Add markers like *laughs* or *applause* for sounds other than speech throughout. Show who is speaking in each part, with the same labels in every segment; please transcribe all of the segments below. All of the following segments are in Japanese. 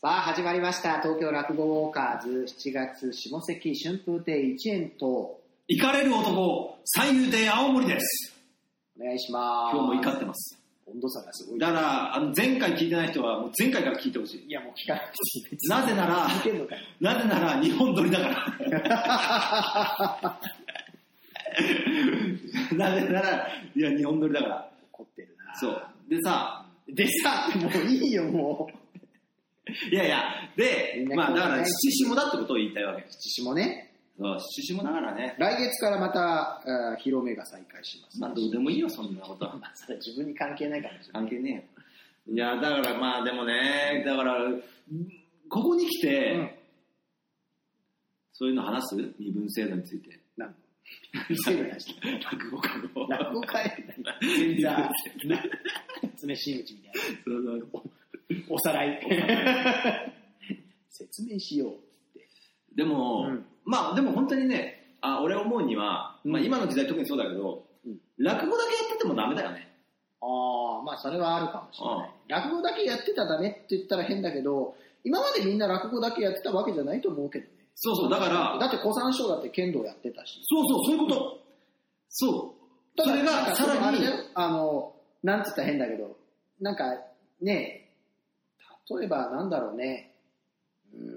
Speaker 1: 始まりました。東京落語ウォーカーズ7月下関春風亭一円とお
Speaker 2: 行かれる男、三遊亭青森です。
Speaker 1: 願いします。
Speaker 2: 今日も怒ってます。
Speaker 1: 温度差がすごい。
Speaker 2: だから、あの前回聞いてない人は、もう前回から聞いてほしい。
Speaker 1: いやもう聞かなくていい。
Speaker 2: なぜなら、
Speaker 1: 聞けんのかよ
Speaker 2: なぜなら、日本撮りだから。なぜなら、いや、日本撮りだから。
Speaker 1: 怒ってるな。
Speaker 2: そう。でさ、でさ、
Speaker 1: もういいよもう。
Speaker 2: いやいや、
Speaker 1: み
Speaker 2: で
Speaker 1: ん、な
Speaker 2: まあだか
Speaker 1: こう
Speaker 2: ら、
Speaker 1: ね
Speaker 2: 七下だってことを言いたいわけ。
Speaker 1: 父もね、
Speaker 2: そう、七下だからね。
Speaker 1: 来月からまた、あー広めが再開します。
Speaker 2: まあどうでもいいよ、そんなことは。
Speaker 1: まあそれ自分に関係ないかもしれな
Speaker 2: 関
Speaker 1: い。
Speaker 2: 係ねえよ。いや、だからまあでもね、だから、ここに来て、
Speaker 1: うん
Speaker 2: そういうの話す身分制度について。
Speaker 1: なんか店の
Speaker 2: *laughs*
Speaker 1: 話
Speaker 2: 落語家の。
Speaker 1: 落語会
Speaker 2: 身分制度 *laughs*
Speaker 1: 座説明し口みたい
Speaker 2: そうそう
Speaker 1: な。おさらい。
Speaker 2: *laughs*
Speaker 1: 説明しよう。
Speaker 2: でも、
Speaker 1: うん
Speaker 2: まあでも本当にね、あ俺思うには、まあ今の時代特にそうだけど、
Speaker 1: うん
Speaker 2: 落語だけやっててもダメだよね。
Speaker 1: ああ、まあそれはあるかもしれない。落語だけやってたらダメって言ったら変だけど、今までみんな落語だけやってたわけじゃないと思うけどね。
Speaker 2: そうそう、だから、
Speaker 1: だって小三賞だって剣道やってたし。
Speaker 2: そうそう、そういうこと。そう。それがさらに、
Speaker 1: あの、なんつったら変だけど、なんかね、例えばなんだろうね、うーん、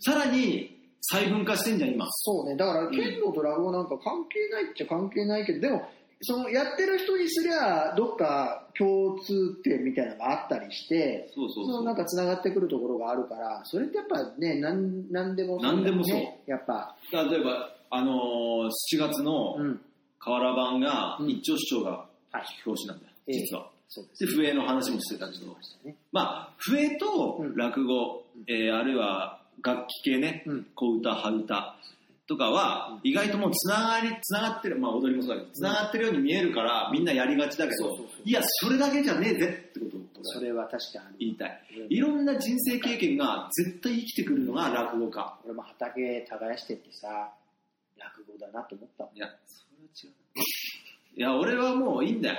Speaker 2: さらに細分化してんじゃん、今。
Speaker 1: そうね、だから剣道と落語なんか関係ないっちゃ関係ないけど、でも、そのやってる人にすりゃ、どっか共通点みたいなのがあったりして、
Speaker 2: そうそう
Speaker 1: そ
Speaker 2: そ
Speaker 1: の
Speaker 2: う。
Speaker 1: なんか繋がってくるところがあるから、それってやっぱね、なんなんでもだよ
Speaker 2: な
Speaker 1: ね
Speaker 2: んでもそう
Speaker 1: やっぱ、
Speaker 2: 例えば、あのー、7月の
Speaker 1: うん、
Speaker 2: 河原版が、
Speaker 1: うん
Speaker 2: 一丁師匠が
Speaker 1: はい、
Speaker 2: 表紙なんだよ、
Speaker 1: ええ
Speaker 2: 実は。
Speaker 1: そうです
Speaker 2: で、笛の話もしてたけど、まあ、笛と
Speaker 1: うん
Speaker 2: 落語、
Speaker 1: うん
Speaker 2: えーあるいは楽器系ね、
Speaker 1: うん
Speaker 2: 小唄、羽唄とかは、意外ともうつながり、つながってる、まあ踊りもそうだけど、つながってるように見えるから、みんなやりがちだけ
Speaker 1: そう
Speaker 2: ど
Speaker 1: そうそう、
Speaker 2: いや、それだけじゃねえぜってことを
Speaker 1: それは確かに
Speaker 2: 言いたい。
Speaker 1: ある。
Speaker 2: いろんな人生経験が絶対生きてくるのが落語家。
Speaker 1: 俺も畑耕してってさ、落語だなと思ったもん
Speaker 2: いや、それは違う。いや、俺はもういいんだよ。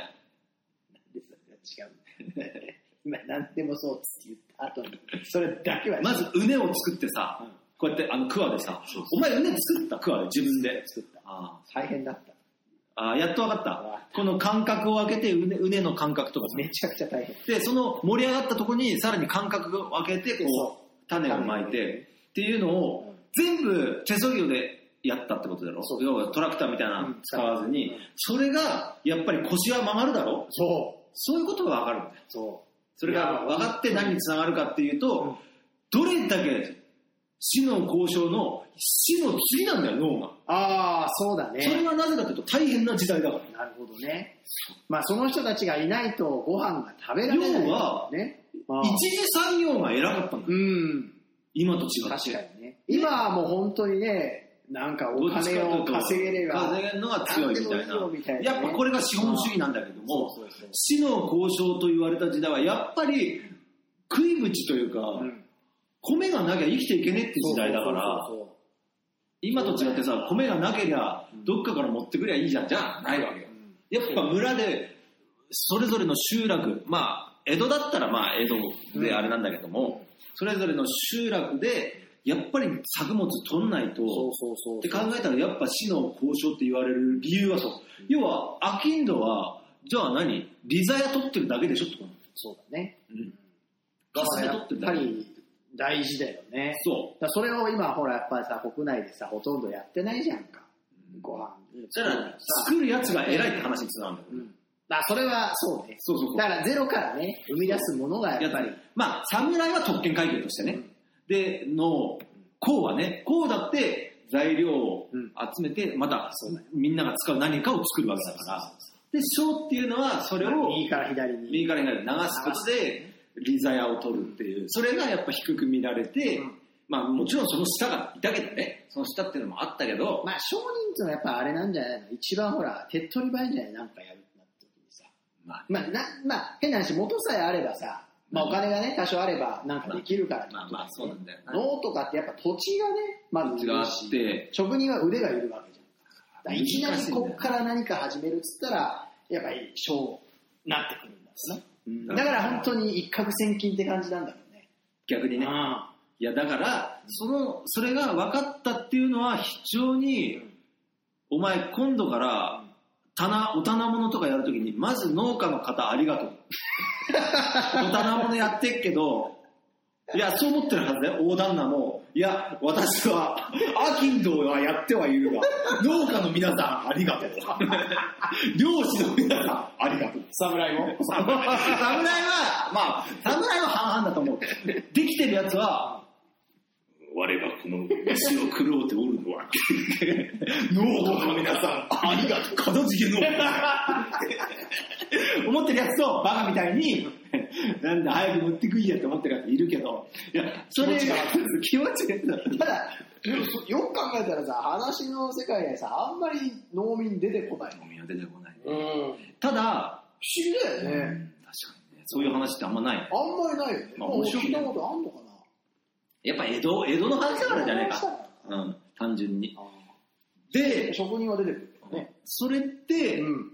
Speaker 1: ですよ違う。今何でもそうって言った後に、それだけは
Speaker 2: まず、畝を作ってさ、
Speaker 1: うん
Speaker 2: こうやってあのクワでさ、お前畝作ったクワで自分で。
Speaker 1: 作った。
Speaker 2: あ
Speaker 1: 大変だった。
Speaker 2: ああ、やっとわかった。この間隔を空けて畝畝の間隔とかさ
Speaker 1: めちゃくちゃ大変。
Speaker 2: で、その盛り上がったとこにさらに間隔を空けて、こ、
Speaker 1: そう
Speaker 2: 種をまいて、っていうの
Speaker 1: う
Speaker 2: を
Speaker 1: ん
Speaker 2: 全部手作業でやったってことだろ
Speaker 1: そう。
Speaker 2: 要はトラクターみたいな
Speaker 1: う
Speaker 2: の
Speaker 1: ん
Speaker 2: 使わずに
Speaker 1: うん、
Speaker 2: それがやっぱり腰は曲がるだろ。
Speaker 1: そう。
Speaker 2: そういうことがわかるんだよ。
Speaker 1: そう。
Speaker 2: それが分かって何につながるかっていうと、どれだけ死の交渉の死の次なんだよ、脳が。
Speaker 1: ああ、そうだね。
Speaker 2: それはなぜかというと大変な時代だから。
Speaker 1: なるほどね。まあその人たちがいないとご飯が食べられない、ね。
Speaker 2: 要は
Speaker 1: ね。まあ
Speaker 2: 一次産業が偉かったんだよ。
Speaker 1: うん。
Speaker 2: 今と違って。
Speaker 1: 確かにね。今はもう本当にね、なんかお
Speaker 2: どっちかと
Speaker 1: 金
Speaker 2: いう
Speaker 1: を
Speaker 2: と
Speaker 1: 稼げれば。
Speaker 2: 稼げるのが強いみたい
Speaker 1: 何でもよ
Speaker 2: な。
Speaker 1: みたいなね
Speaker 2: やっぱこれが資本主義なんだけど
Speaker 1: そ
Speaker 2: も
Speaker 1: う、そうそう。
Speaker 2: 死の交渉と言われた時代は、やっぱり食い口というか、
Speaker 1: うん
Speaker 2: 米がなきゃ生きていけねえって時代だから、
Speaker 1: そうそうそう
Speaker 2: 今と違ってさ、米がなけりゃ
Speaker 1: うん、
Speaker 2: どっかから持ってくりゃいいじゃん、じゃあないわけよ
Speaker 1: そう。うん
Speaker 2: やっぱ村で、それぞれの集落、まあ、江戸だったらまあ、江戸であれなんだけども、それぞれの集落で、やっぱり作物取んないと、
Speaker 1: そうそうそう。
Speaker 2: って考えたらやっぱ死の交渉って言われる理由はそう。要は、アキンドは、じゃあ何リザヤ取ってるだけでしょってこと。
Speaker 1: そうだね。
Speaker 2: ガスで取ってる
Speaker 1: や
Speaker 2: だ
Speaker 1: っぱ
Speaker 2: け。
Speaker 1: り大事だよね。
Speaker 2: そう。
Speaker 1: だからそれを今ほらやっぱりさ、国内でさ、ほとんどやってないじゃんか。ご飯。
Speaker 2: だから、作るやつが偉いって話につながるんだよ。
Speaker 1: うん。まあそれはそうね。
Speaker 2: そうそうそう。
Speaker 1: だからゼロからね、生み出すものがやっぱり。
Speaker 2: まあ、侍は特権階級としてね。で、の、こうはね、こうだって材料を
Speaker 1: うん
Speaker 2: 集めて、また
Speaker 1: そうだよ
Speaker 2: みんなが使う何かを作るわけだから。で、章っていうのはそれを
Speaker 1: 右から左に。
Speaker 2: 右から左に流すことで、リザヤを取るっていう。それがやっぱ低く見られて
Speaker 1: うん、
Speaker 2: まあもちろんその下がいたけどね、その下っていうのもあったけど、
Speaker 1: まあ、商人っていうのはやっぱあれなんじゃないの一番ほら、手っ取り早いんじゃないなんかやるってなった時にさ。
Speaker 2: まあ
Speaker 1: まあ、なまあ、変な話、元さえあればさ、まあお金がね、多少あればなんかできるからってこ
Speaker 2: まあまあ
Speaker 1: とだよね
Speaker 2: そうなんだよな。
Speaker 1: 農とかってやっぱ土地がね、まずい
Speaker 2: 違
Speaker 1: る
Speaker 2: っ
Speaker 1: し、
Speaker 2: て、
Speaker 1: 職人は腕がいるわけじゃん。だからいきな
Speaker 2: 難
Speaker 1: り
Speaker 2: しいんだよ
Speaker 1: こっから何か始めるっつったら、やっぱり商になってくるんだよね。だから本当に一攫千金って感じなんだろうね。
Speaker 2: 逆にね。
Speaker 1: ああ
Speaker 2: いや、だから、その、それが分かったっていうのは非常に、お前今度から、棚、お棚物とかやるときに、まず農家の方ありがとう。お棚物やってっけど、いや、そう思ってるはずだよ、大旦那も。いや、私は、アキンドはやってはいるが、農家の皆さんありがとう。漁師の皆さんありがとう。
Speaker 3: 侍も
Speaker 2: 侍は、まあ、侍は半々だと思う。できてるやつは、我がこの飯を食ろうておるの *laughs* は、農家の皆さん、ありがとう。かたじけのう。思ってるやつと、バカみたいに、なんだ、早く持ってくいやって思ってるやついるけど、いや、それ、気持ちが、
Speaker 1: ただ、 *laughs* でもそよく考えたらさ、話の世界でさ、あんまり農民出てこないの。
Speaker 2: ゴミは出てこない。
Speaker 3: うん
Speaker 2: ただ、
Speaker 1: 不思議だよ
Speaker 2: うん
Speaker 1: ね。
Speaker 2: 確かにね、そういう話ってあんまない。
Speaker 1: あんまりないよね。
Speaker 2: まあ面白いね
Speaker 1: 聞いたことあんのかな
Speaker 2: やっぱ江戸、江戸の話だからじゃない
Speaker 1: そ
Speaker 2: か。
Speaker 1: う
Speaker 2: うん、単純に。
Speaker 1: あ
Speaker 2: で
Speaker 1: ー、職人は出てくるよね。
Speaker 2: それって、
Speaker 1: うん。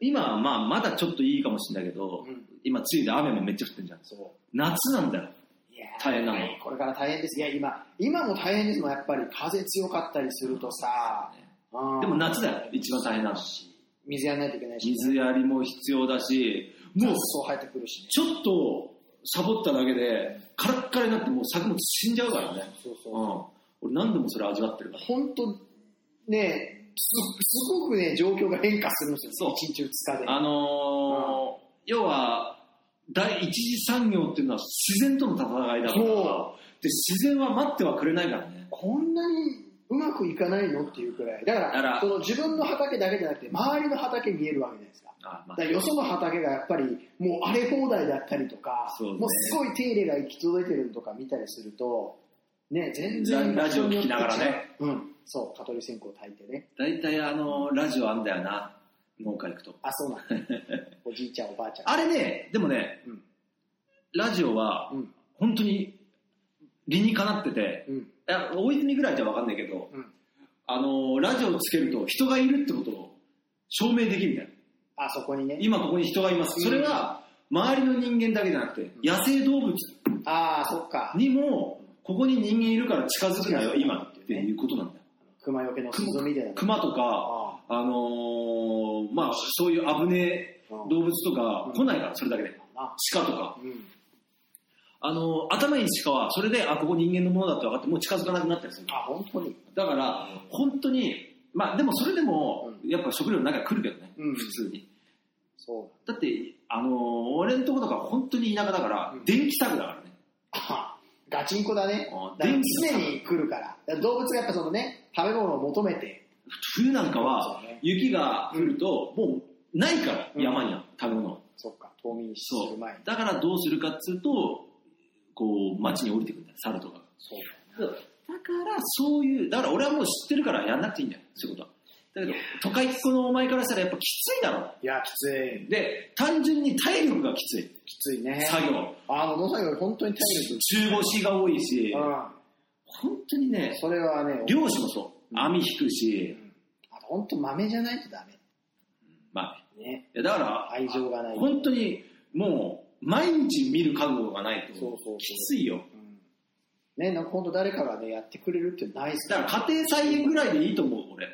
Speaker 2: 今はまあまだちょっといいかもしれないけど、
Speaker 1: うん
Speaker 2: 今梅雨で雨もめっちゃ降ってるじゃん
Speaker 1: そ
Speaker 2: 夏なんだよ
Speaker 1: う。いやー
Speaker 2: 大変なの
Speaker 1: これから大変です。いや、今、今も大変ですもん、やっぱり。風強かったりするとさ。うん
Speaker 2: でも夏だよ一番大変なの
Speaker 1: 水やらないといけないし、
Speaker 2: 水やりも必要だし
Speaker 1: も
Speaker 2: も
Speaker 1: う
Speaker 2: う
Speaker 1: そう入ってくるしね。
Speaker 2: ちょっとサボっただけでカラッカラになってもう作物死んじゃうからね
Speaker 1: そう
Speaker 2: う
Speaker 1: そ
Speaker 2: ん
Speaker 1: う。
Speaker 2: 俺何度もそれ味わってるから
Speaker 1: 本当ねす、すごくね、状況が変化するんです
Speaker 2: そう
Speaker 1: よ。1日2日で。
Speaker 2: あのー要は第一次産業っていうのは自然との戦いだから
Speaker 1: そ
Speaker 2: で自然は待ってはくれないからね
Speaker 1: こんなにうまくいかないのっていうくらい。だか
Speaker 2: だ
Speaker 1: ら、
Speaker 2: から
Speaker 1: その自分の畑だけじゃなくて、周りの畑見えるわけじゃないですか。
Speaker 2: あ、ま
Speaker 1: だからよその畑がやっぱりもう荒れ放題だったりとか、
Speaker 2: そうね
Speaker 1: もうすごい手入れが行き届いてるのとか見たりすると、ね、全然
Speaker 2: ララジオ聞きながらね
Speaker 1: 人によって違う。うん、そう、蚊取り線香焚いてね。
Speaker 2: 大体あのラジオあんだよな農家行くと
Speaker 1: あ、そう
Speaker 2: *laughs*
Speaker 1: なんだ。おじいちゃん、おばあちゃん。
Speaker 2: あれねでもね、
Speaker 1: うん
Speaker 2: ラジオは
Speaker 1: うん、
Speaker 2: 本当に理にかなってて
Speaker 1: うん、
Speaker 2: いや大泉ぐらいじゃ分かんないけど
Speaker 1: うん。
Speaker 2: あのラジオつけると人がいるってことを証明できるんだよ
Speaker 1: あそこにね。
Speaker 2: 今ここに人がいますそれは周りの人間だけじゃなくて野生動物
Speaker 1: ああ、そっか。
Speaker 2: にもここに人間いるから近づくなよ今っていうことなんだよ
Speaker 1: 熊よけの鈴みたいな。
Speaker 2: 熊とか
Speaker 1: あ
Speaker 2: あのーまあそういう危ねえ
Speaker 1: あ、うん
Speaker 2: 動物とか来ないから、それだけで。
Speaker 1: あ
Speaker 2: 鹿とか。
Speaker 1: うん。
Speaker 2: あの、頭に鹿は、それで、あ、ここ人間のものだって分かって、もう近づかなくなったりする。
Speaker 1: あ、本当に。
Speaker 2: だから、本当に、まあ、でもそれでも、
Speaker 1: う
Speaker 2: やっぱ食料の中に来るけどね、
Speaker 1: うん
Speaker 2: 普通に。
Speaker 1: そう。
Speaker 2: だって、あの、俺んとことか本当に田舎だから、
Speaker 1: うん
Speaker 2: 電気タグだからね。
Speaker 1: あガチンコだね。
Speaker 2: あ
Speaker 1: だから
Speaker 2: 電気
Speaker 1: 常に来るから。だから動物がやっぱそのね、食べ物を求めて。
Speaker 2: 冬なんかは
Speaker 1: そうね、
Speaker 2: 雪が降ると、もう、ないから、
Speaker 1: うん
Speaker 2: 山には、食べ物。
Speaker 1: そっか、冬眠する前に。
Speaker 2: だからどうするかっつうと、こう、街に降りてくるんだよ、猿とかが。
Speaker 1: そう
Speaker 2: だから、そういう、だから俺はもう知ってるからやんなくていいんだよ、そういうことは。だけど、都会っ子のお前からしたらやっぱきついだろ。
Speaker 1: いや、きつい。
Speaker 2: で、単純に体力がきつい。
Speaker 1: きついね。
Speaker 2: 作業。
Speaker 1: あの、農作業、本当に体力。
Speaker 2: 中腰が多いし、
Speaker 1: う
Speaker 2: 本当に
Speaker 1: ん。
Speaker 2: ね、
Speaker 1: それはね、
Speaker 2: 漁師もそう。網引くし、
Speaker 1: あと本当豆じゃないとダメ。
Speaker 2: まあ、
Speaker 1: ね。
Speaker 2: いやだから、
Speaker 1: 愛情がない。
Speaker 2: 本当にもう、毎日見る覚悟がない
Speaker 1: そうそうそ
Speaker 2: と
Speaker 1: う、
Speaker 2: きついよ。
Speaker 1: うんね、なんか本当誰かがね、やってくれるってないっす
Speaker 2: だ
Speaker 1: ね
Speaker 2: から家庭菜園ぐらいでいいと思う、俺。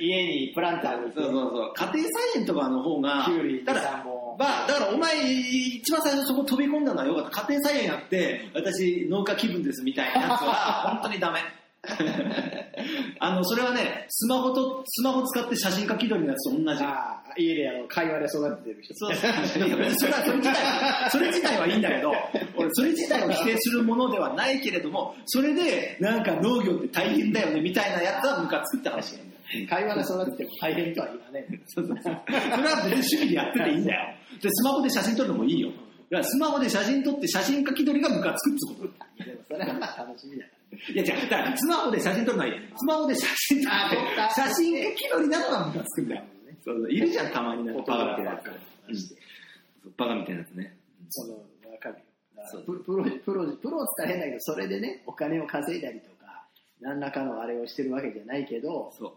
Speaker 1: 家にプランター
Speaker 2: そうそう
Speaker 1: う。
Speaker 2: そう。家庭菜園とかの方が、
Speaker 1: キュウリ
Speaker 2: ただ
Speaker 1: さんも。
Speaker 2: まあ、だからお前、一番最初そこ飛び込んだのはよかった。家庭菜園やって、私、農家気分ですみたいなやつ
Speaker 1: *laughs*
Speaker 2: は、本当にダメ。 *laughs* あの、それはね、スマホと、スマホ使って写真家気取りのやつと同じ。
Speaker 1: ああ、家であの会話で育ててる人。
Speaker 2: そうそう。いや別にそれはそれ自体は、それ自体はいいんだけど、俺、それ自体を否定するものではないけれども、それで、なんか農業って大変だよねみたいなやつはムカつくって話なんだよ。
Speaker 1: 会話で育てても大変とは言わねえ。
Speaker 2: そうそうそう。それは別に趣味でやってていいんだよ。で、スマホで写真撮るのもいいよ。だからスマホで写真撮って写真家気取りがムカつくってこ
Speaker 1: でもそれはまあ楽しみだか
Speaker 2: と。いや違う、だからスマホで写真撮るのはいい。スマホで写真撮
Speaker 1: あ
Speaker 2: っ
Speaker 1: そっか
Speaker 2: て、写真家気取りなのがムカつくんだよ。そうそういるじゃん、たまになんか
Speaker 1: 音が
Speaker 2: いなやつ。うんバカみたいなやつね。
Speaker 1: その、わかるよ。だか
Speaker 2: そ
Speaker 1: ら
Speaker 2: う
Speaker 1: ププロ、プロ、プロを使えないけど、それでね、お金を稼いだりとか、何らかのあれをしてるわけじゃないけど、
Speaker 2: そう。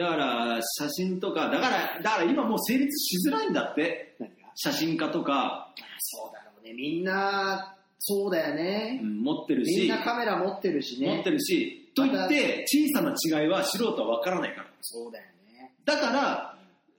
Speaker 2: だから、写真とか、だから、だから今もう成立しづらいんだって。
Speaker 1: 何が
Speaker 2: 写真家とか、
Speaker 1: そうだろうね、みんな、そうだよね
Speaker 2: う。ん持ってる
Speaker 1: みん
Speaker 2: し、
Speaker 1: なカメラ持ってるし
Speaker 2: 持
Speaker 1: ね
Speaker 2: って。るし、といって、小さな違いは素人は分からないから。
Speaker 1: そうだよね。
Speaker 2: だから、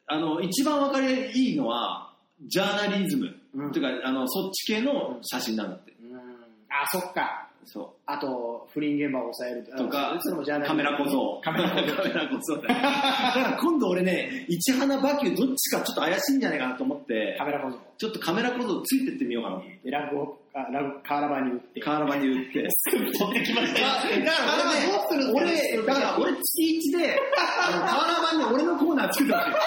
Speaker 2: あの、一番分かりやすいのは、ジャーナリズム。
Speaker 1: うん
Speaker 2: ていうか、あの、そっち系の写真なんだって。
Speaker 1: うん。あ、そっか。
Speaker 2: そ
Speaker 1: あと、不倫現場を抑える
Speaker 2: う。とか
Speaker 1: いつもじゃ、ない
Speaker 2: カメラ小僧。
Speaker 1: カメラ小僧
Speaker 2: カメラ小僧だよだから今度俺ね、市花馬球どっちかちょっと怪しいんじゃないかなと思って
Speaker 1: カ、メラ小僧。
Speaker 2: ちょっとカメラ小僧ついてってみようかな。
Speaker 1: でラグを、あラグ、カーラバーに打って。
Speaker 2: 河原場に売って。
Speaker 1: 取ってきまし
Speaker 2: だから俺ね俺、だから俺月一で、あの河原版に俺のコーナー作ったわけよ。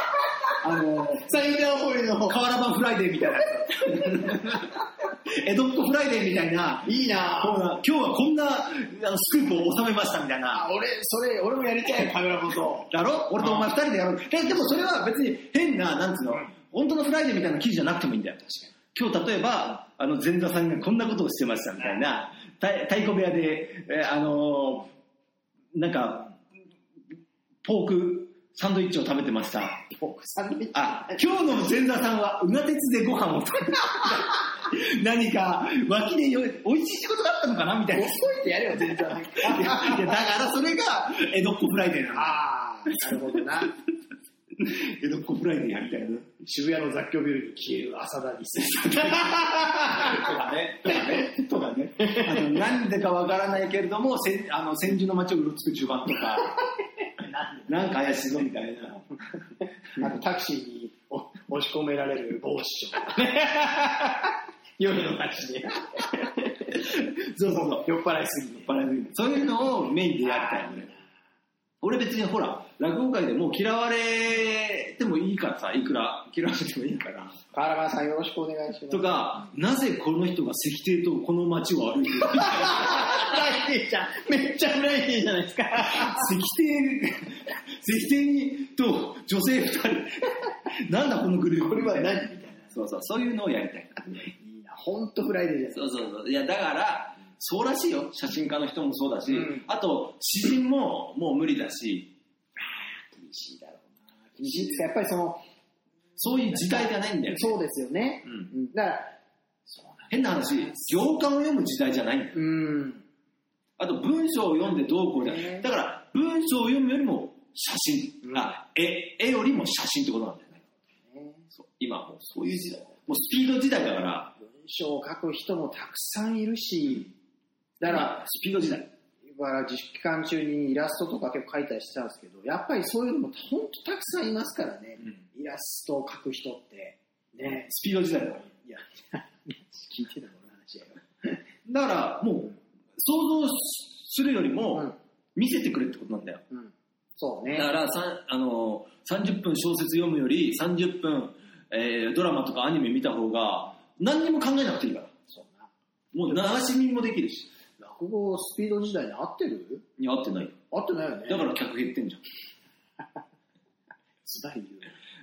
Speaker 2: あの、
Speaker 1: サイダーホイの。
Speaker 2: 河原版フライデーみたいなやつ。江戸っ子フライデーみたいな、
Speaker 1: いいな
Speaker 2: コー
Speaker 1: ぁ。
Speaker 2: ナー今日はこんなあのスクープを収めましたみたいな。
Speaker 1: あ俺、それ、俺もやりたい、カメラ小僧。
Speaker 2: だろ俺とお前二人でやろう。ででもそれは別に変な、なんつうの、本当のフライデーみたいな記事じゃなくてもいいんだよ。今日例えば、あの前座さんがこんなことをしてましたみたいな、た太鼓部屋で、えーあのーなんか、ポークサンドイッチを食べてました。
Speaker 1: 僕さんに。
Speaker 2: あ、今日の前座さんはうな鉄でご飯を食べた。 *laughs* 何か脇でよ美味しい仕事だったのかなみたいな。い
Speaker 1: 遅いってやれよ、全
Speaker 2: や
Speaker 1: 然。
Speaker 2: だからそれが江戸っ子フライデーなの。
Speaker 1: あー、なるほどな。
Speaker 2: 江戸っ子フライデーやみたいな。
Speaker 1: 渋谷の雑居ビルに消える浅田に
Speaker 2: とかね、とかね、とかね。あの、なんでかわからないけれども、せんあの、千住の街をうろつく序盤とか、なんか怪しいぞみたいな。
Speaker 1: あとタクシーにお押し込められる帽子とかね。夜のタクシーで。
Speaker 2: そうそうそう。
Speaker 1: 酔っ払いすぎて。
Speaker 2: そういうのをメインでやりたいのね。俺別にほら、落語界でもう嫌われてもいいからさ、いくら嫌われてもいいから。
Speaker 1: 河原さんよろしくお願いします。
Speaker 2: とか、なぜこの人が石庭とこの街を歩いて *laughs* る
Speaker 1: フライデーじゃん。めっちゃフライデーじゃないですか。
Speaker 2: 石庭、石庭にと女性二人。なんだこのグループ
Speaker 1: これは何みたい
Speaker 2: そうそう、そういうのをやりたい。
Speaker 1: な。いいな。ほんとフライデーじゃない
Speaker 2: そうそうそう。いや、だから、そうらしいよ。写真家の人もそうだし、
Speaker 1: うん
Speaker 2: あと、詩人ももう無理だし、
Speaker 1: 厳しいだろうな。厳しいってやっぱりその、
Speaker 2: そういう時代じゃないんだよね。
Speaker 1: そうですよね。
Speaker 2: うん
Speaker 1: ん。だから、
Speaker 2: 変な話、行間を読む時代じゃないんだよ。
Speaker 1: うん。
Speaker 2: あと、文章を読んでどうこうじゃな
Speaker 1: ね
Speaker 2: い。だから、文章を読むよりも写真、
Speaker 1: うん
Speaker 2: あ絵、絵よりも写真ってことなんだよね。そう今はもうそういう時代。もうスピード時代だから、
Speaker 1: 文章を書く人もたくさんいるし、だから、
Speaker 2: まあスピード時代。
Speaker 1: は自粛期間中にイラストとか結構描いたりしてたんですけど、やっぱりそういうのも本当たくさんいますからね。イラストを描く人って。ね。
Speaker 2: スピード時代だから。
Speaker 1: いや、聞いてたこの話やよ。
Speaker 2: だから、もう、想像するよりも、見せてくれってことなんだよ。
Speaker 1: うん。うん。そう
Speaker 2: だか
Speaker 1: ね。
Speaker 2: らさんあの30分小説読むより30分、えードラマとかアニメ見た方が何にも考えなくていいから
Speaker 1: そうな。
Speaker 2: もう流し見もできるし
Speaker 1: 落語スピード時代に合ってる
Speaker 2: いや合ってないよ
Speaker 1: 合ってないよね。
Speaker 2: だから客減ってんじゃん
Speaker 1: ズバリ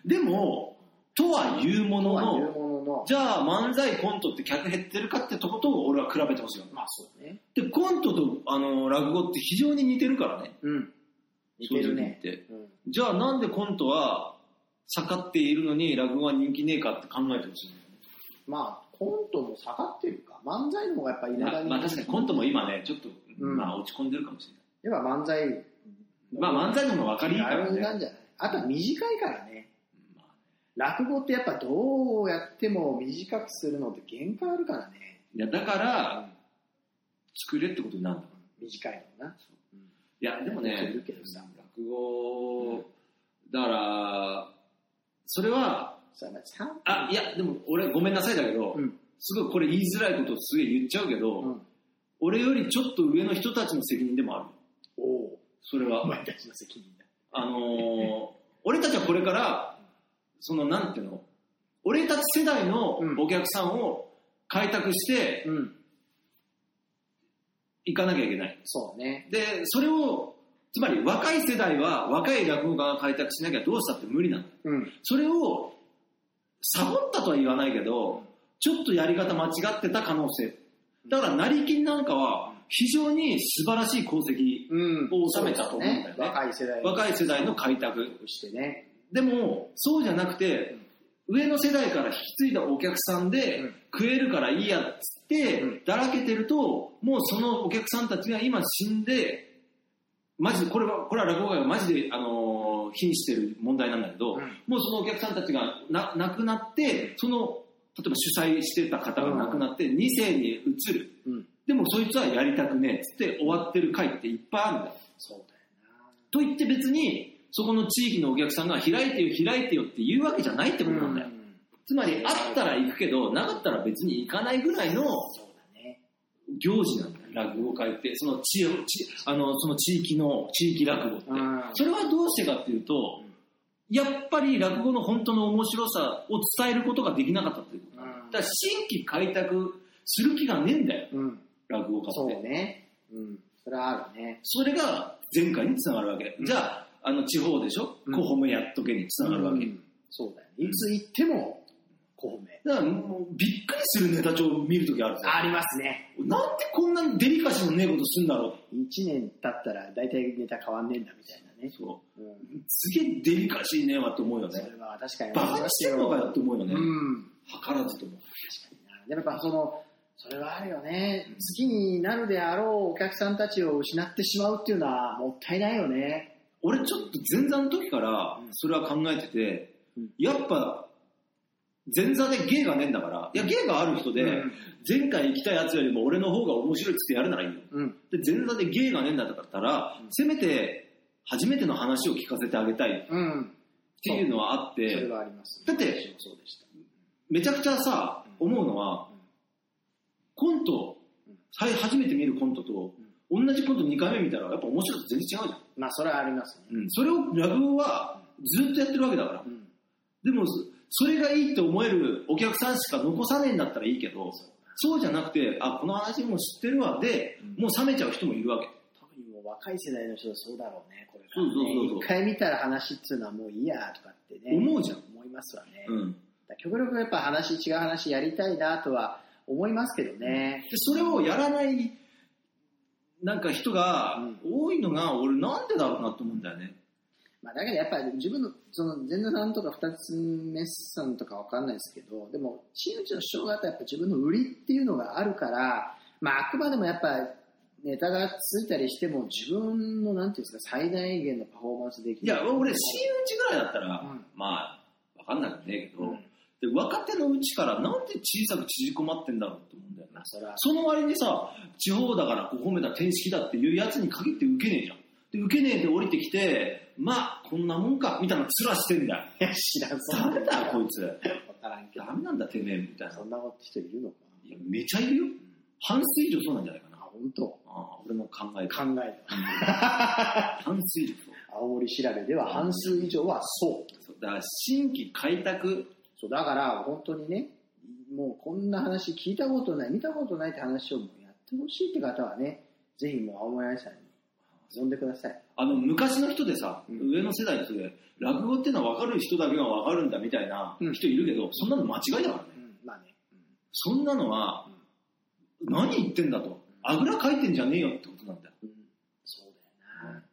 Speaker 1: 言う。
Speaker 2: でもとは言うも
Speaker 1: と
Speaker 2: の
Speaker 1: は言う
Speaker 2: の
Speaker 1: ものの、
Speaker 2: じゃあ漫才コントって客減ってるかってとことを俺は比べてほしいわ
Speaker 1: まあそうね。
Speaker 2: でコントとあの落語って非常に似てるからね
Speaker 1: うん。似てるね。
Speaker 2: 正直言って
Speaker 1: うん。
Speaker 2: じゃあなんでコントは盛っているのに落語は人気ねえかって考えてほしいんだよね
Speaker 1: まあ、コントも下がってるか。漫才の方がやっぱいま
Speaker 2: ま
Speaker 1: だ
Speaker 2: あ、
Speaker 1: に。
Speaker 2: まあ確かにコントも今ね、ちょっと、
Speaker 1: うん
Speaker 2: まあ落ち込んでるかもし
Speaker 1: やっぱ漫才。
Speaker 2: れない。まあ漫才の方が分かりいいからね。
Speaker 1: なんじゃないあとは短いからね。
Speaker 2: まあ
Speaker 1: 落語ってやっぱどうやっても短くするのって限界あるからね。
Speaker 2: いや、だから、作れってことになるんだ。
Speaker 1: 短いのな。
Speaker 2: いや、でも
Speaker 1: やって
Speaker 2: ね
Speaker 1: る、けどさ
Speaker 2: 落語、だから、それは、
Speaker 1: それはさ
Speaker 2: あ、いや、でも俺ごめんなさいだけど、
Speaker 1: うん
Speaker 2: すごいこれ言いづらいことすげえ言っちゃうけど、
Speaker 1: うん。
Speaker 2: 俺よりちょっと上の人たちの責任でもある。
Speaker 1: おお。
Speaker 2: それは
Speaker 1: お。前たちの責任だ。
Speaker 2: あのー俺たちはこれから、そのなんていうの、俺たち世代の
Speaker 1: うん
Speaker 2: お客さんを開拓して
Speaker 1: うん。
Speaker 2: いかなきゃいけない。
Speaker 1: そうね。
Speaker 2: で、それを、つまり若い世代は若い落語家が開拓しなきゃどうしたって無理なの。
Speaker 1: うん。
Speaker 2: それを、サボったとは言わないけど、ちょっとやり方間違ってた可能性。だから、成金なんかは非常に素晴らしい功績。
Speaker 1: うん。
Speaker 2: を収めたと思うんだよね
Speaker 1: そうです若い世代を
Speaker 2: 若い世代の開拓。
Speaker 1: してね。
Speaker 2: でも、そうじゃなくて、上の世代から引き継いだお客さんで、
Speaker 1: うん
Speaker 2: 食えるからいいやっつって、
Speaker 1: うん
Speaker 2: だらけてるともうそのお客さんたちが今死んでマジでこれはこれは落語界がマジで、あのー、瀕してる問題なんだけど、
Speaker 1: うん
Speaker 2: もうそのお客さんたちがな亡くなってその例えば主催してた方が亡くなって2世に移る
Speaker 1: うん。
Speaker 2: でもそいつはやりたくねえっつって終わってる回っていっぱいあるんだよ
Speaker 1: そうだよな。
Speaker 2: と言って別にそこの地域のお客さんが開いてよ開いてよって言うわけじゃないってことなんだよ、
Speaker 1: うん
Speaker 2: つまりあったら行くけどなかったら別に行かないぐらいの
Speaker 1: そうだね。
Speaker 2: 行事なんだよ落語会ってその地を地あのその地域の地域落語って
Speaker 1: うん
Speaker 2: それはどうしてかっていうと
Speaker 1: うん
Speaker 2: やっぱり落語の本当の面白さを伝えることができなかったっていうこと
Speaker 1: うん
Speaker 2: だから新規開拓する気がねえんだよ
Speaker 1: うん。
Speaker 2: 落語
Speaker 1: そう
Speaker 2: 家って
Speaker 1: ね。うん。それはあるね。
Speaker 2: それが前回につながるわけ、
Speaker 1: うん
Speaker 2: じゃああの地方でしょ
Speaker 1: うん
Speaker 2: 古本もやっとけにつながるわけ、
Speaker 1: うんそうだよね。いつ行っても、孔明。
Speaker 2: だからもうびっくりするネタ帳を見るときあるんですよ
Speaker 1: ありますね。
Speaker 2: なんでこんなにデリカシーのねえことすんだろう
Speaker 1: 1年経ったら大体ネタ変わんねえんだみたいなね。
Speaker 2: そ
Speaker 1: うん
Speaker 2: うすげえデリカシーねえわって思うよ
Speaker 1: そ
Speaker 2: ね
Speaker 1: れは確かに
Speaker 2: バカにしてんのかよって思うよ
Speaker 1: う
Speaker 2: ね、
Speaker 1: ん。
Speaker 2: 図らずとも
Speaker 1: でもやっぱその、それはあるよね。好きになるであろうお客さんたちを失ってしまうっていうのはもったいないよね。
Speaker 2: 俺ちょっと前座の時から
Speaker 1: うん
Speaker 2: それは考えてて、
Speaker 1: うん
Speaker 2: やっぱ前座で芸がねえんだからいや芸がある人で、
Speaker 1: うん
Speaker 2: 前回行きたいやつよりも俺の方が面白いっつってやるならいいよ
Speaker 1: うん。
Speaker 2: で前座で芸がねえんだったら、
Speaker 1: うん
Speaker 2: せめて初めての話を聞かせてあげたいっ
Speaker 1: うん。
Speaker 2: ていうのはあっ
Speaker 1: それ
Speaker 2: て
Speaker 1: はあります。
Speaker 2: だって
Speaker 1: 私もそうでした。
Speaker 2: めちゃくちゃさ
Speaker 1: うん
Speaker 2: 思うのは
Speaker 1: うん
Speaker 2: コント
Speaker 1: うん
Speaker 2: はい初めて見るコントと同じコント2回目見たらやっぱ面白さ全然違うじゃん
Speaker 1: まあそれはありますね。
Speaker 2: うんそれをラブはずっとやってるわけだから
Speaker 1: うん。
Speaker 2: でもそそれがいいって思えるお客さんしか残さねえんだったらいいけどそうじゃなくてあこの話も知ってるわで
Speaker 1: うん
Speaker 2: もう冷めちゃう人もいるわけ
Speaker 1: 特にもう若い世代の人はそうだろうね、これ
Speaker 2: そうそうそうそう
Speaker 1: 一回見たら話っつうのはもういいやとかってね。
Speaker 2: 思うじゃん
Speaker 1: 思いますわね。
Speaker 2: うん
Speaker 1: だから極力やっぱ話、違う話やりたいなとは思いますけどね。
Speaker 2: でそれをやらないなんか人が多いのが俺なんでだろうなと思うんだよね
Speaker 1: まあ、だけどやっぱり自分の、その、前座さんとか二つ目さんとかわかんないですけど、でも、真打ちの師匠方はやっぱ自分の売りっていうのがあるから、まあ、あくまでもやっぱ、ネタがついたりしても、自分の、なんていうんですか、最大限のパフォーマンスでき
Speaker 2: い
Speaker 1: る。
Speaker 2: や俺真打ちぐらいだったら、
Speaker 1: うん
Speaker 2: まあわかんないんねえけど、
Speaker 1: うん
Speaker 2: で若手のうちからなんで小さく縮こまってんだろうって思うんだよ
Speaker 1: ま
Speaker 2: な
Speaker 1: あ、それは、
Speaker 2: その割にさ地方だからこう褒めた天式だっていうやつに限って受けねえじゃんで受けねえで降りてきてまあこんなもんかみたいな面してんだ
Speaker 1: *laughs*
Speaker 2: よ
Speaker 1: いや知らん、
Speaker 2: ダ
Speaker 1: ん
Speaker 2: メだこいつ
Speaker 1: わからんけど
Speaker 2: ダ。メなんだてめえみたいな
Speaker 1: そんなこと人いるのか
Speaker 2: いやめちゃいるよ半数以上そうなんじゃないかな
Speaker 1: な。あ、本当
Speaker 2: ああ俺の考え
Speaker 1: 考
Speaker 2: 方
Speaker 1: え
Speaker 2: *laughs* 半数以上そう
Speaker 1: た。青森調べでは半数以上はそう。
Speaker 2: そうだから新規開拓
Speaker 1: そうだから本当にねもうこんな話聞いたことない見たことないって話をもうやってほしいって方はねぜひもう青森愛さんに呼んでください
Speaker 2: あの昔の人でさ、
Speaker 1: うん
Speaker 2: 上の世代の人で落語ってのは分かる人だけが分かるんだみたいな
Speaker 1: うん
Speaker 2: 人いるけど、そんなの間違いだからね
Speaker 1: うんまあね
Speaker 2: そんなのは、何言ってんだとあぐらかいてんじゃねえよってことなんだよ
Speaker 1: うん、そうだよない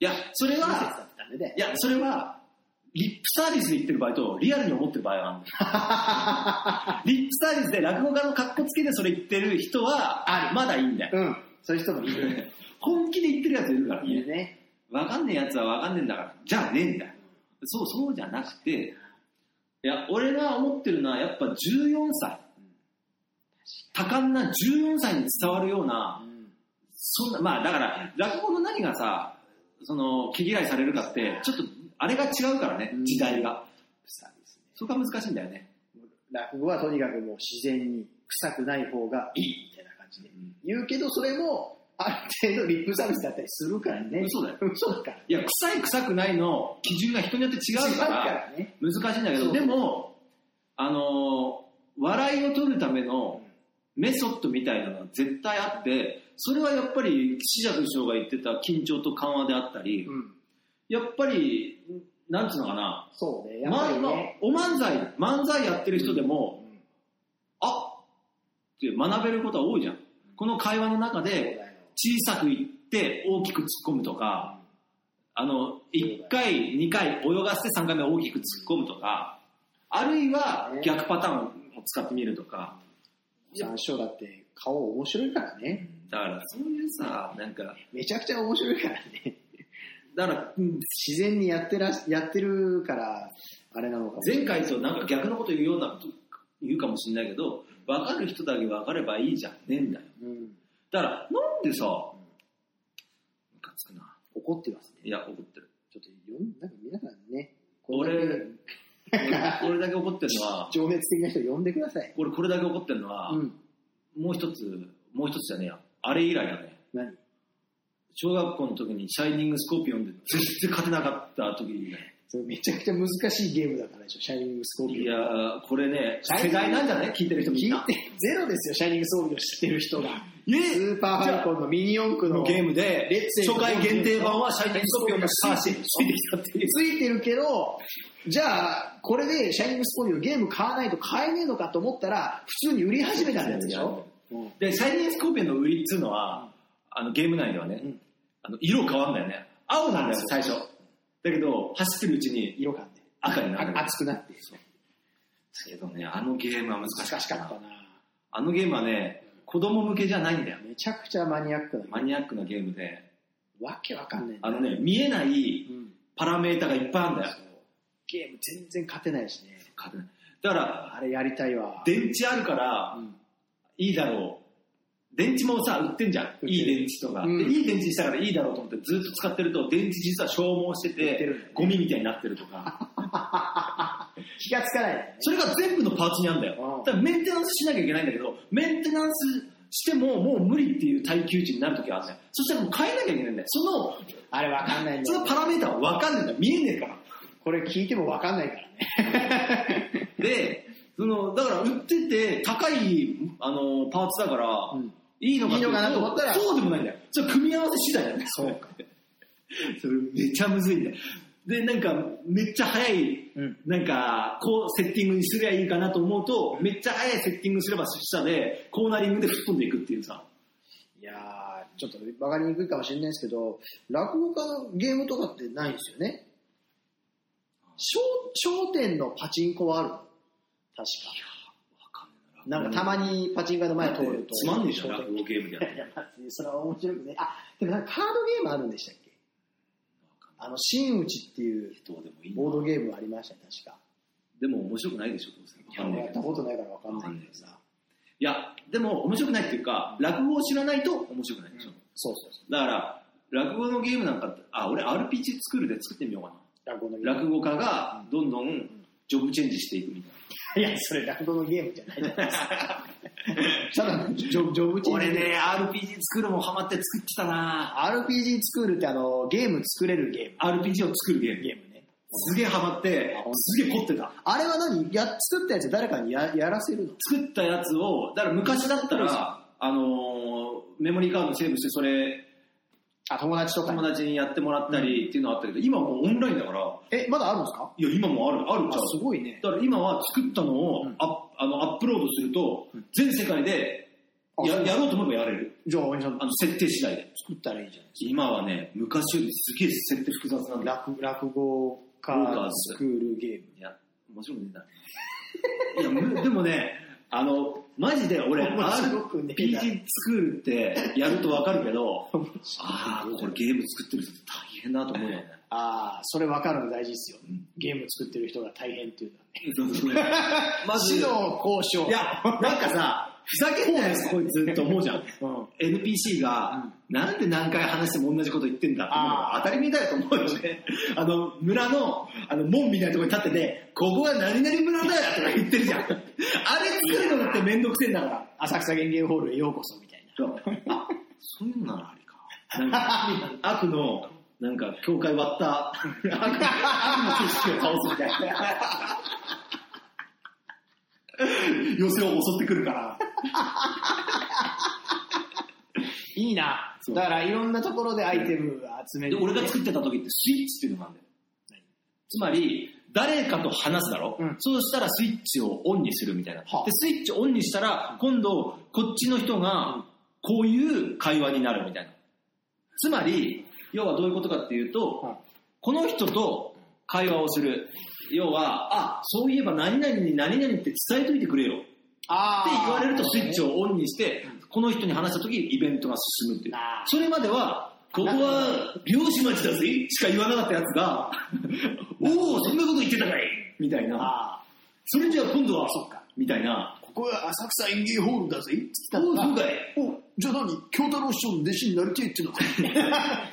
Speaker 2: やそれ
Speaker 1: 親切
Speaker 2: は
Speaker 1: だったんでね
Speaker 2: いやそれはリップサービスで言ってる場合とリアルに思ってる場合があ *laughs* るリップサービスで落語家の格好つけてそれ言ってる人はまだいいんだよ
Speaker 1: うんそういう人もいるね
Speaker 2: 本気で言ってるやついるから
Speaker 1: い
Speaker 2: ね
Speaker 1: るね
Speaker 2: 分かんねえやつは分かんねえんだからじゃあねえんだよそうそうじゃなくていや俺が思ってるのはやっぱ14歳多感な14歳に伝わるような
Speaker 1: うん
Speaker 2: そんなまあだから落語の何がさその毛嫌いされるかってちょっとあれが違うからね
Speaker 1: うん
Speaker 2: 時代が
Speaker 1: 臭いです
Speaker 2: そこが難しいんだよね
Speaker 1: ね落語はとにかくもう自然に臭くない方がいいみたいな感じで言うけどそれもある程度リップサービスだったりするからね
Speaker 2: 嘘だよ
Speaker 1: 嘘だから
Speaker 2: いや臭い臭くないの基準が人によって違うから
Speaker 1: らね
Speaker 2: 難しいんだけ
Speaker 1: そ
Speaker 2: ど
Speaker 1: う
Speaker 2: でもあのー笑いを取るためのメソッドみたいなのは絶対あってそれはやっぱり死者首相が言ってた緊張と緩和であったり
Speaker 1: うん
Speaker 2: やっぱりなんつうのかな
Speaker 1: そうね、やっ
Speaker 2: ま
Speaker 1: ぱ
Speaker 2: あ
Speaker 1: り
Speaker 2: まあ
Speaker 1: ね。
Speaker 2: お漫才漫才やってる人でも、
Speaker 1: うん
Speaker 2: あって学べることは多いじゃん。この会話の中
Speaker 1: そう
Speaker 2: で
Speaker 1: だよ
Speaker 2: 小さく言って大きく突っ込むとか、あの、1回、2回泳がせて3回目大きく突っ込むとか、あるいは
Speaker 1: ね
Speaker 2: 逆パターンを使ってみるとか、
Speaker 1: 山椒だって顔面白いからね。
Speaker 2: だからそういうさ、なんか、
Speaker 1: めちゃくちゃ面白いからね。
Speaker 2: だから
Speaker 1: 自然にやってらしやってるから、あれなのかも。
Speaker 2: 前回となんか逆のこと言うようなこと言うかもしれないけど、分かる人だけ分かればいいじゃんねえんだよ。
Speaker 1: うん。
Speaker 2: だから、なんでさ、ムカつくな。
Speaker 1: 怒ってますね。
Speaker 2: いや、怒ってる。
Speaker 1: ちょっと読ん、なんか皆さんね、これだけ
Speaker 2: 俺、俺俺だけ怒ってるのは、
Speaker 1: 情熱的な人呼んでください。
Speaker 2: 俺これだけ怒ってるのは、
Speaker 1: うん。
Speaker 2: もう一つ、もう一つじゃねえや。あれ以来だね。
Speaker 1: 何
Speaker 2: 小学校の時にシャイニングスコーピオンで全然勝てなかった時にね。
Speaker 1: それめちゃくちゃ難しいゲームだからでしょ、シャイニングスコー
Speaker 2: い
Speaker 1: ピオ
Speaker 2: や
Speaker 1: ン。
Speaker 2: ー、これね、
Speaker 1: シャイニング
Speaker 2: 世代なんじゃない聞いてる人みん
Speaker 1: 聞
Speaker 2: な。
Speaker 1: いて、ゼロですよ、シャイニングスコーピオン知ってる人が。ス
Speaker 2: え
Speaker 1: ーパーファルコンのミニ四駆の
Speaker 2: ゲームで
Speaker 1: レッ、ツエン
Speaker 2: 初回限定版はシャイニングスコーピオンがサーシについてきたっていう。
Speaker 1: ついてるけど、じゃあ、これでシャイニングスコーピオンゲーム買わないと買えねえのかと思ったら、普通に売り始めたんやつでしょ。うん
Speaker 2: で、シャイニングスコーピオンの売りっつうのは、あのゲーム内ではね、
Speaker 1: うん
Speaker 2: あの色変わんだよね。青なんだよ、最初。だけど、走ってるうちに
Speaker 1: 色感で。
Speaker 2: 赤になるんだ
Speaker 1: あ
Speaker 2: よ。
Speaker 1: 熱くなって。
Speaker 2: けどね、あのゲームは難しか
Speaker 1: 難
Speaker 2: っ
Speaker 1: しか
Speaker 2: た
Speaker 1: った
Speaker 2: な。
Speaker 1: な。
Speaker 2: あのゲームはね、子供向けじゃないんだよ。
Speaker 1: めちゃくちゃマニアックな。
Speaker 2: マニアックなゲームで、
Speaker 1: わけわかんないんだ
Speaker 2: あ
Speaker 1: よ
Speaker 2: のね、見えない
Speaker 1: うん
Speaker 2: パラメータがいっぱいあるんだよ
Speaker 1: そ。うゲーム全然勝てないしね。
Speaker 2: 勝てないだから、
Speaker 1: あれやりたいわ。
Speaker 2: 電池あるから
Speaker 1: う、ん
Speaker 2: いいだろう。電池もさ、売ってんじゃん。
Speaker 1: る
Speaker 2: いい電池とか、
Speaker 1: うん
Speaker 2: で。いい電池にしたからいいだろうと思ってずっと使ってると、電池実は消耗して
Speaker 1: って
Speaker 2: て
Speaker 1: るんだよ、
Speaker 2: ゴミみたいになってるとか。
Speaker 1: 気がつかないよね。
Speaker 2: それが全部のパーツにあるんだ
Speaker 1: うん
Speaker 2: よ。だからメンテナンスしなきゃいけないんだけど、メンテナンスしてももう無理っていう耐久値になるときはあるんだよ。そしたらもう変えなきゃいけないんだよ。その、
Speaker 1: あれわかんないんだ
Speaker 2: そ
Speaker 1: よ
Speaker 2: のパラメータは分かんないんだよ。見えねえ
Speaker 1: *laughs*
Speaker 2: から。
Speaker 1: これ聞いてもわかんないからね。
Speaker 2: で、その、だから売ってて、高い、あの、パーツだから、
Speaker 1: うん
Speaker 2: いいのか
Speaker 1: いいのかなと思ったら
Speaker 2: そうでもないんだよ。それ組み合わせ次第なんだよ。
Speaker 1: そうか。
Speaker 2: それめっちゃむずいんだよ。で、なんか、めっちゃ早い、
Speaker 1: うん
Speaker 2: なんか、こう、セッティングにすりゃいいかなと思うと、めっちゃ早いセッティングすれば下で、コーナリングで吹っ飛んでいくっていうさ。
Speaker 1: いやー、ちょっとわかりにくいかもしれないですけど、落語家のゲームとかってないんですよね。商商店のパチンコはあるの確か。なんかたまにパチンコ屋の前通ると。
Speaker 2: つまんねえじゃん、
Speaker 1: 商店
Speaker 2: 落語ゲームでやって
Speaker 1: いや、まあそれは面白くね。あ、でもなんかカードゲームあるんでしたっけあの、真打ちっていう
Speaker 2: どうでもいいな
Speaker 1: ボードゲームありましたね、確か。
Speaker 2: でも面白くないでしょ、どうせ。
Speaker 1: いや、俺やったことないからわかんないけどさ。
Speaker 2: いや、でも面白くないっていうか、落語を知らないと面白くないでしょ。
Speaker 1: そうそうそう。
Speaker 2: だから、落語のゲームなんかって、あ、俺 RPG 作るで作ってみようか
Speaker 1: 落語のゲー
Speaker 2: な。
Speaker 1: ム。
Speaker 2: 落語家がどんどんジョブチェンジしていくみたい
Speaker 1: いや、それ落語のゲームじゃないじゃない *laughs* ですか。ただのジョ、ジョブ
Speaker 2: な。
Speaker 1: チェンジ
Speaker 2: 俺。ね、RPG 作るもハマって作ってたな
Speaker 1: RPG スクールってあの、ゲーム作れるゲーム。
Speaker 2: RPG を作るゲーム。
Speaker 1: ゲームね。
Speaker 2: すげえハマって
Speaker 1: あ本、当
Speaker 2: すげえ凝ってた。
Speaker 1: あれは何や、作ったやつ誰かにややらせるの
Speaker 2: 作ったやつを、だから昔だったら、あのーメモリーカードセーブして、それ、
Speaker 1: あ、友達とかに
Speaker 2: 友。達にやってもらったりっていうのはあったけど、今もうオンラインだから、
Speaker 1: え、まだあるんですか
Speaker 2: いや、今もある、ある
Speaker 1: あ
Speaker 2: じゃん。
Speaker 1: すごいね。
Speaker 2: だから今は作ったのを
Speaker 1: うん
Speaker 2: アップ,、あのアップロードすると、全世界で
Speaker 1: あ
Speaker 2: や
Speaker 1: そう
Speaker 2: やろうと思えばやれる。
Speaker 1: じゃあ、お兄さん
Speaker 2: あの設定次第で。
Speaker 1: 作ったらいいじゃないですか。
Speaker 2: 今はね、昔よりすげえ設定複雑なんだ。
Speaker 1: 落落語家スクールゲーム。
Speaker 2: いや、面白くねえな。いやむ、 *laughs* でもね、あの、マジで俺、
Speaker 1: 面白くねえな
Speaker 2: RPG スクールってやるとわかるけど、あ
Speaker 1: *laughs*
Speaker 2: あ、
Speaker 1: あ
Speaker 2: これゲーム作ってる人大変だと思うよ
Speaker 1: *laughs*
Speaker 2: ね。
Speaker 1: あー、それ分かるの大事ですよ
Speaker 2: ん。
Speaker 1: ゲーム作ってる人が大変っていうのはね。
Speaker 2: マジ
Speaker 1: 指
Speaker 2: で
Speaker 1: 導交渉。
Speaker 2: いや、なんかさ、ふざけんなよ、こいつって思う
Speaker 1: *laughs*
Speaker 2: じゃん。
Speaker 1: うん。
Speaker 2: NPC が、なんで何回話しても同じこと言ってんだって思うの
Speaker 1: あ
Speaker 2: が当たり前だよと思うよね。
Speaker 1: *laughs*
Speaker 2: あの、村の、あの、門みたいなところに立ってて、ここが何々村だよとか言ってる
Speaker 1: *laughs*
Speaker 2: じゃん。あれ作るのだってめんどくせえんだから。
Speaker 1: 浅草園芸ホールへようこそみたいな。
Speaker 2: あ、そういうのならありか。
Speaker 1: *laughs*
Speaker 2: なんか、悪の、なんか、教会割った、悪の悪の組織を倒すみたい
Speaker 1: *laughs*
Speaker 2: な。寄せを襲ってくるから。
Speaker 1: いいな。
Speaker 2: そう
Speaker 1: だからいろんなところでアイテム集め
Speaker 2: で
Speaker 1: て。
Speaker 2: 俺が作ってた時ってスイッチっていうのがあるんだよ。つまり、誰かと話すだろ、
Speaker 1: うん
Speaker 2: そうしたらスイッチをオンにするみたいな。で
Speaker 1: はあ、
Speaker 2: スイッチオンにしたら、今度、こっちの人が、こういう会話になるみたいな。つまり、要はどういうことかっていうと、
Speaker 1: は
Speaker 2: この人と会話をする。要は、あ、そういえば何々に何々って伝えといてくれよって
Speaker 1: あ
Speaker 2: 言われるとスイッチをオンにして、この人に話した時イベントが進むっていう
Speaker 1: あ。ー
Speaker 2: それまでは、ここは漁師町だぜしか言わなかったやつ
Speaker 1: *laughs*
Speaker 2: が、おお、そんなこと言ってたかいみたいな。
Speaker 1: ああ
Speaker 2: それじゃあ今度は
Speaker 1: そっか、
Speaker 2: みたいな。
Speaker 3: ここが浅草園芸ホールだぜ。
Speaker 1: だから
Speaker 2: おお、そうかい。
Speaker 3: お、じゃあ何京太郎師匠の弟子になりてえってのか。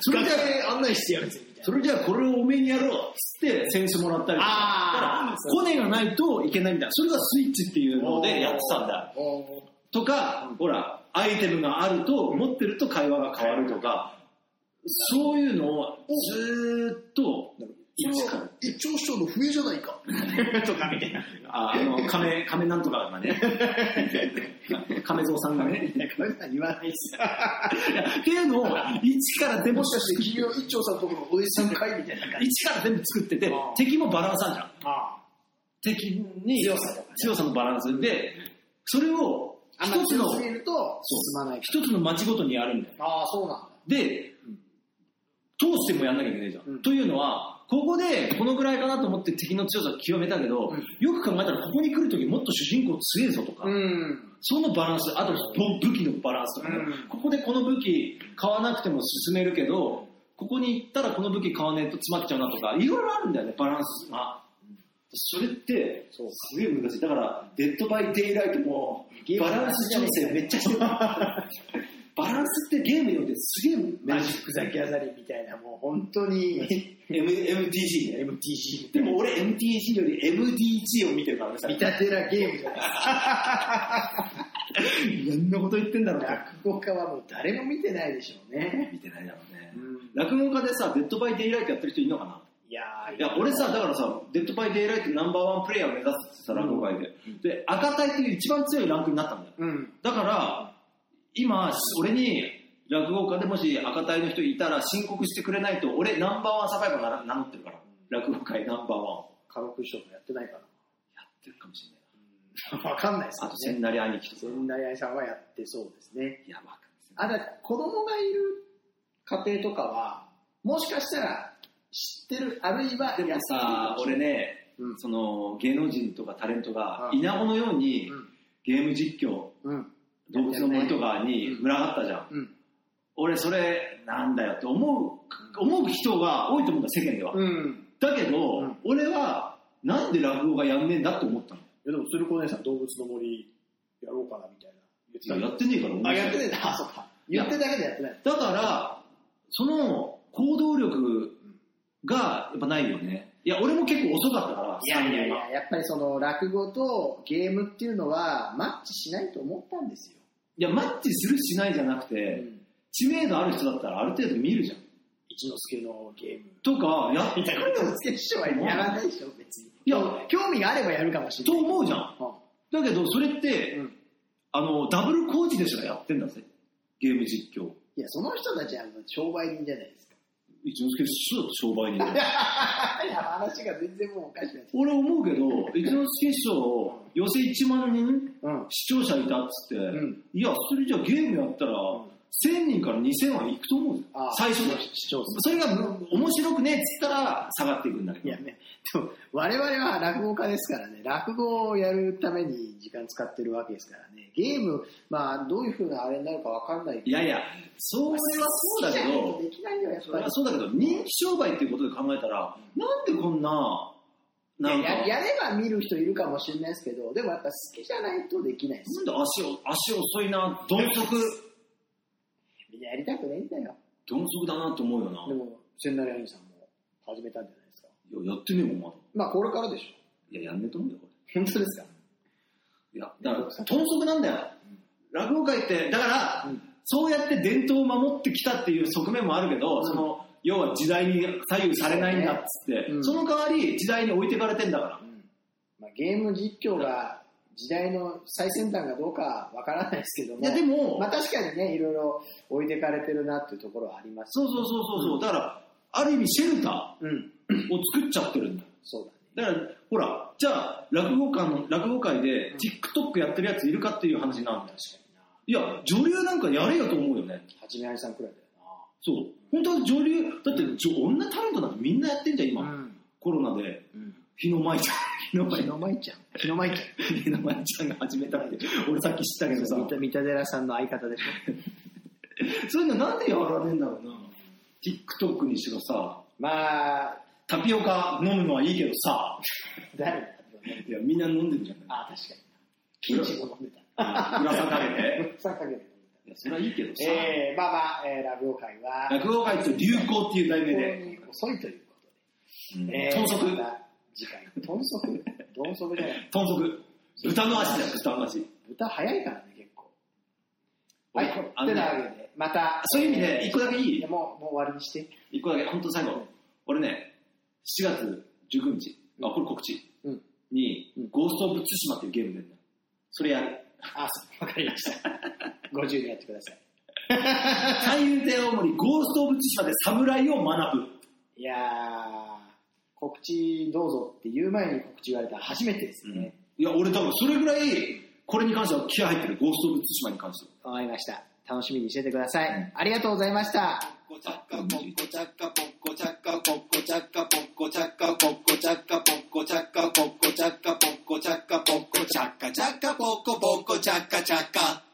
Speaker 1: *laughs*
Speaker 2: それじゃあ
Speaker 3: で案内してやるぜ、みたい
Speaker 2: それじゃあこれをおめえにやろうっつって選手もらったりとかだか
Speaker 1: あ
Speaker 2: らコネがないといけないみたいなそれがスイッチっていうのでやってたんだ
Speaker 3: な。お
Speaker 2: とかほらアイテムがあると持ってると会話が変わるとかそういうのをずーっと
Speaker 3: それ
Speaker 2: 一か
Speaker 3: は一丁師匠の笛じゃないか。
Speaker 1: ーとかみたいな。
Speaker 2: らああの亀亀なんとかが
Speaker 1: *laughs*
Speaker 2: ね亀蔵さんがね
Speaker 1: これは言わないです。
Speaker 2: っていうのを一から全部
Speaker 3: もしかして君は一丁さんのところのお弟子さんかいみたいな感じ。
Speaker 2: 一から全部作ってて敵もバランスあるじゃん
Speaker 1: あ
Speaker 2: 敵に
Speaker 1: 強さとかね
Speaker 2: 強さのバランスでそれを
Speaker 1: あんまり
Speaker 2: 一つの
Speaker 1: 強すぎると進まないから。
Speaker 2: 一つの町ごとにやるんだよ。
Speaker 1: ああ、そうなんだ。
Speaker 2: で、通してもやんなきゃいけないじゃん。
Speaker 1: うん
Speaker 2: というのは、ここでこのぐらいかなと思って敵の強さを極めたけど、
Speaker 1: うん
Speaker 2: よく考えたらここに来るときもっと主人公強えぞとか、
Speaker 1: うん。
Speaker 2: そのバランス、あと武武器のバランスとかね、
Speaker 1: うん
Speaker 2: ここでこの武器買わなくても進めるけど、ここに行ったらこの武器買わねえと詰まっちゃうなとか、いろいろあるんだよね、バランスが。それって、
Speaker 1: そう
Speaker 2: すげえ難しい。だから、デッドバイデイライトも
Speaker 1: ゲー、ム
Speaker 2: バランス調整めっちゃしてる。バランスってゲームによってすげえ
Speaker 1: マ
Speaker 2: 難
Speaker 1: ジ
Speaker 2: しい
Speaker 1: ックザキャザリみたいな、もう本当に
Speaker 2: M- MTG ね。
Speaker 1: MTG
Speaker 2: でも俺 MTG より MDG を見てるからね、さ
Speaker 1: 見立てらゲームじゃない
Speaker 2: いろんなこと言ってんだろうな。
Speaker 1: 落語家はもう誰も見てないでしょうね。
Speaker 2: 見てないだろうね
Speaker 1: う。ん
Speaker 2: 落語家でさ、デッドバイデイライトやってる人いるのかない
Speaker 1: やー
Speaker 2: いや、俺さ、だからさ、デッドバイデイライトナンバーワンプレイヤーを目指すってさ、落語界で。で、赤帯っていう一番強いランクになったんだよ。
Speaker 1: うん。
Speaker 2: だから、今、俺に落語家でもし赤帯の人いたら申告してくれないと、俺ナンバーワンサバイバーな名乗ってるから。落語界ナンバーワン。
Speaker 1: 家族師匠もやってないか
Speaker 2: やってるかもしれない。
Speaker 1: ら。わかんないです
Speaker 2: あと、
Speaker 1: よね
Speaker 2: 千。成兄貴とか。
Speaker 1: 仙台愛さんはやってそうですね。
Speaker 2: いや、わかんない。
Speaker 1: あ、だから子供がいる家庭とかは、もしかしたら知ってる、あるいは、
Speaker 2: でもさ、俺ね、
Speaker 1: うん
Speaker 2: その芸能人とかタレントが、
Speaker 1: うん
Speaker 2: 稲穂のように
Speaker 1: うん
Speaker 2: ゲーム実況、
Speaker 1: うん。
Speaker 2: 動物の森とかに群がったじゃん。
Speaker 1: うん。
Speaker 2: 俺それなんだよって思う、思う人が多いと思うんだ、世間では。
Speaker 1: うん。
Speaker 2: だけど、
Speaker 1: うん
Speaker 2: 俺は、なんで落語がやんねえんだって思ったの。
Speaker 3: いやでも、それこねさん、動物の森やろうかな、みたいな。
Speaker 2: いややってねえから、お前
Speaker 1: あ、やってないんだ。あ、そうか。言ってるだけでやってない。
Speaker 2: だから、その行動力がやっぱないよね。いや、俺も結構遅かったから、
Speaker 1: いやいや
Speaker 2: 才
Speaker 1: い
Speaker 2: 能
Speaker 1: や、やっぱりその落語とゲームっていうのはマッチしないと思ったんですよ。
Speaker 2: がいや、マッチするしないじゃなくて、
Speaker 1: うん
Speaker 2: 知名度ある人だったらある程度見るじゃん。
Speaker 1: 一之輔のゲーム。
Speaker 2: とか、やって
Speaker 1: 一之輔師匠はやらないでしょ、別に。
Speaker 2: いや
Speaker 1: 興味があればやるかもしれ
Speaker 2: と
Speaker 1: ない。
Speaker 2: 思うじゃん。だけど、それって、
Speaker 1: うん
Speaker 2: あの、ダブルコーチでしかやってんだぜ。ゲーム実況。
Speaker 1: いや、その人たちは商売人じゃないですか。
Speaker 2: 一之輔師匠だと商売人だよ
Speaker 1: *laughs* いや、話が全然もうおかしくなっちゃ
Speaker 2: 俺思うけど、一之輔師匠、寄せ1万人
Speaker 1: う。うん。
Speaker 2: 視聴者いたっつって、
Speaker 1: ん
Speaker 2: いや、それじゃゲームやったら、1000人から2000はいくと思うよ
Speaker 1: あ。
Speaker 2: 最初の。
Speaker 1: 視聴数。
Speaker 2: それが面白くねえっつったら下がっていくんだけど。
Speaker 1: いやね、でも我々は落語家ですからね、落語をやるために時間使ってるわけですからね、ゲーム、まあ、どういうふうなあれになるかわかんないけど
Speaker 2: いやいや、それはそうだけど、
Speaker 1: できないよ、やっ
Speaker 2: そ
Speaker 1: ぱ
Speaker 2: れ
Speaker 1: り
Speaker 2: は。そうだけど、人気商売っていうことで考えたら、なんでこんな、なんか、
Speaker 1: ややれば見る人いるかもしれないですけど、でもやっぱ好きじゃないとできないです
Speaker 2: なんで足を、足遅いな、鈍足、
Speaker 1: みんなやりたくないんだよ。
Speaker 2: 鈍足だなと思うよな。
Speaker 1: でも、千成兄さんも始めたんじゃないですか。
Speaker 2: いや、やってねえもん、まだ。
Speaker 1: まあ、これからでしょ。
Speaker 2: いや、やんねえと思うんだよ、こ
Speaker 1: 本当ですか
Speaker 2: れ。いや、だから、鈍足なんだよ。落語界って、だから、
Speaker 1: うん
Speaker 2: そうやって伝統を守ってきたっていう側面もあるけど、
Speaker 1: ん
Speaker 2: その、要は時代に左右されないんだっつって、
Speaker 1: うん
Speaker 2: その代わり時代に置いてかれてんだから。
Speaker 1: まあ、ゲーム実況が時代の最先端かどうかわからないですけども、
Speaker 2: いや、でも、
Speaker 1: *laughs* まあ確かにね、いろいろ置いてかれてるなっていうところはあります。
Speaker 2: そうそうそうそうそう、だから、ある意味シェルター
Speaker 1: う
Speaker 2: を
Speaker 1: ん、
Speaker 2: 作っちゃってるんだよ。
Speaker 1: そうだね。
Speaker 2: だから、ほら、じゃあ、落語家の、落語界で
Speaker 1: ん
Speaker 2: TikTok やってるやついるかっていう話になるんだよ。
Speaker 1: 確かにな。
Speaker 2: いや、女流なんかやれよと思うよね。
Speaker 1: はじめあいさんくらいだよ
Speaker 2: そう。本当は女流、だって、女女タレントなんてみんなやってんじゃん、
Speaker 1: な。
Speaker 2: 今。
Speaker 1: ん。
Speaker 2: コロナで。
Speaker 1: うん。
Speaker 2: 日の舞ちゃん。日の
Speaker 1: 日
Speaker 2: 舞
Speaker 1: の舞ちゃん。日の舞ちゃ
Speaker 2: 日の舞ちゃんが始めたって、俺さっき知ったけどさ
Speaker 1: ん。、三田三田寺さんの相方でしょ。
Speaker 2: そういうのなんでやられんだろうな。TikTok にしろさ、
Speaker 1: まあ、
Speaker 2: タピオカ飲むのはいいけどさ、
Speaker 1: 誰だ
Speaker 2: いや、みんな飲んでるじゃ
Speaker 1: あ、確かに。キンチも飲んでた。
Speaker 2: ない。裏さかけて。
Speaker 1: さかけて
Speaker 2: いや、それはいいけどさ、
Speaker 1: えー、まあまあ、えー、ラブオ会は、
Speaker 2: 落語界と流行っていう題名で、
Speaker 1: 非常に遅いというこ
Speaker 2: うん
Speaker 1: とで。
Speaker 2: 豚足、
Speaker 1: また次回、豚足豚足じゃない。
Speaker 2: 豚足、豚の足だよ、豚の足。
Speaker 1: 豚早いからね、結構。はい、
Speaker 2: あ
Speaker 1: っ
Speaker 2: のね
Speaker 1: てなわけで、また。
Speaker 2: そういう意味で、一個だけい
Speaker 1: い
Speaker 2: い
Speaker 1: やもう、もう終わりにして。
Speaker 2: 一個だけ、本当最後。俺ね、7月19日、あ、これ告知
Speaker 1: うん
Speaker 2: に
Speaker 1: うん、
Speaker 2: ゴースト・オブ・ツシマっていうゲーム出るんだよ。それやる。
Speaker 1: あ、そうわかりました。50にやってください。
Speaker 2: 三遊亭大森、ゴースト・オブ・ツシマで侍を学ぶ。
Speaker 1: いやー、告知どうぞって言う前に告知言われたら初めてですね。
Speaker 2: いや、俺多分それぐらい、これに関しては気合入ってる、ゴースト・オブ・ツシマに関しては。
Speaker 1: わ、かりました。楽しみにしててください。ありがとうございました。
Speaker 4: ポッコチャッカポッコチャッカポッコチャッカポッコチャッカポッコチャッカポッコチャッカポッコチャッカポッコチャッカポッコチャッカポッコチャッカチャッカポッコポッコチャッカチャッカ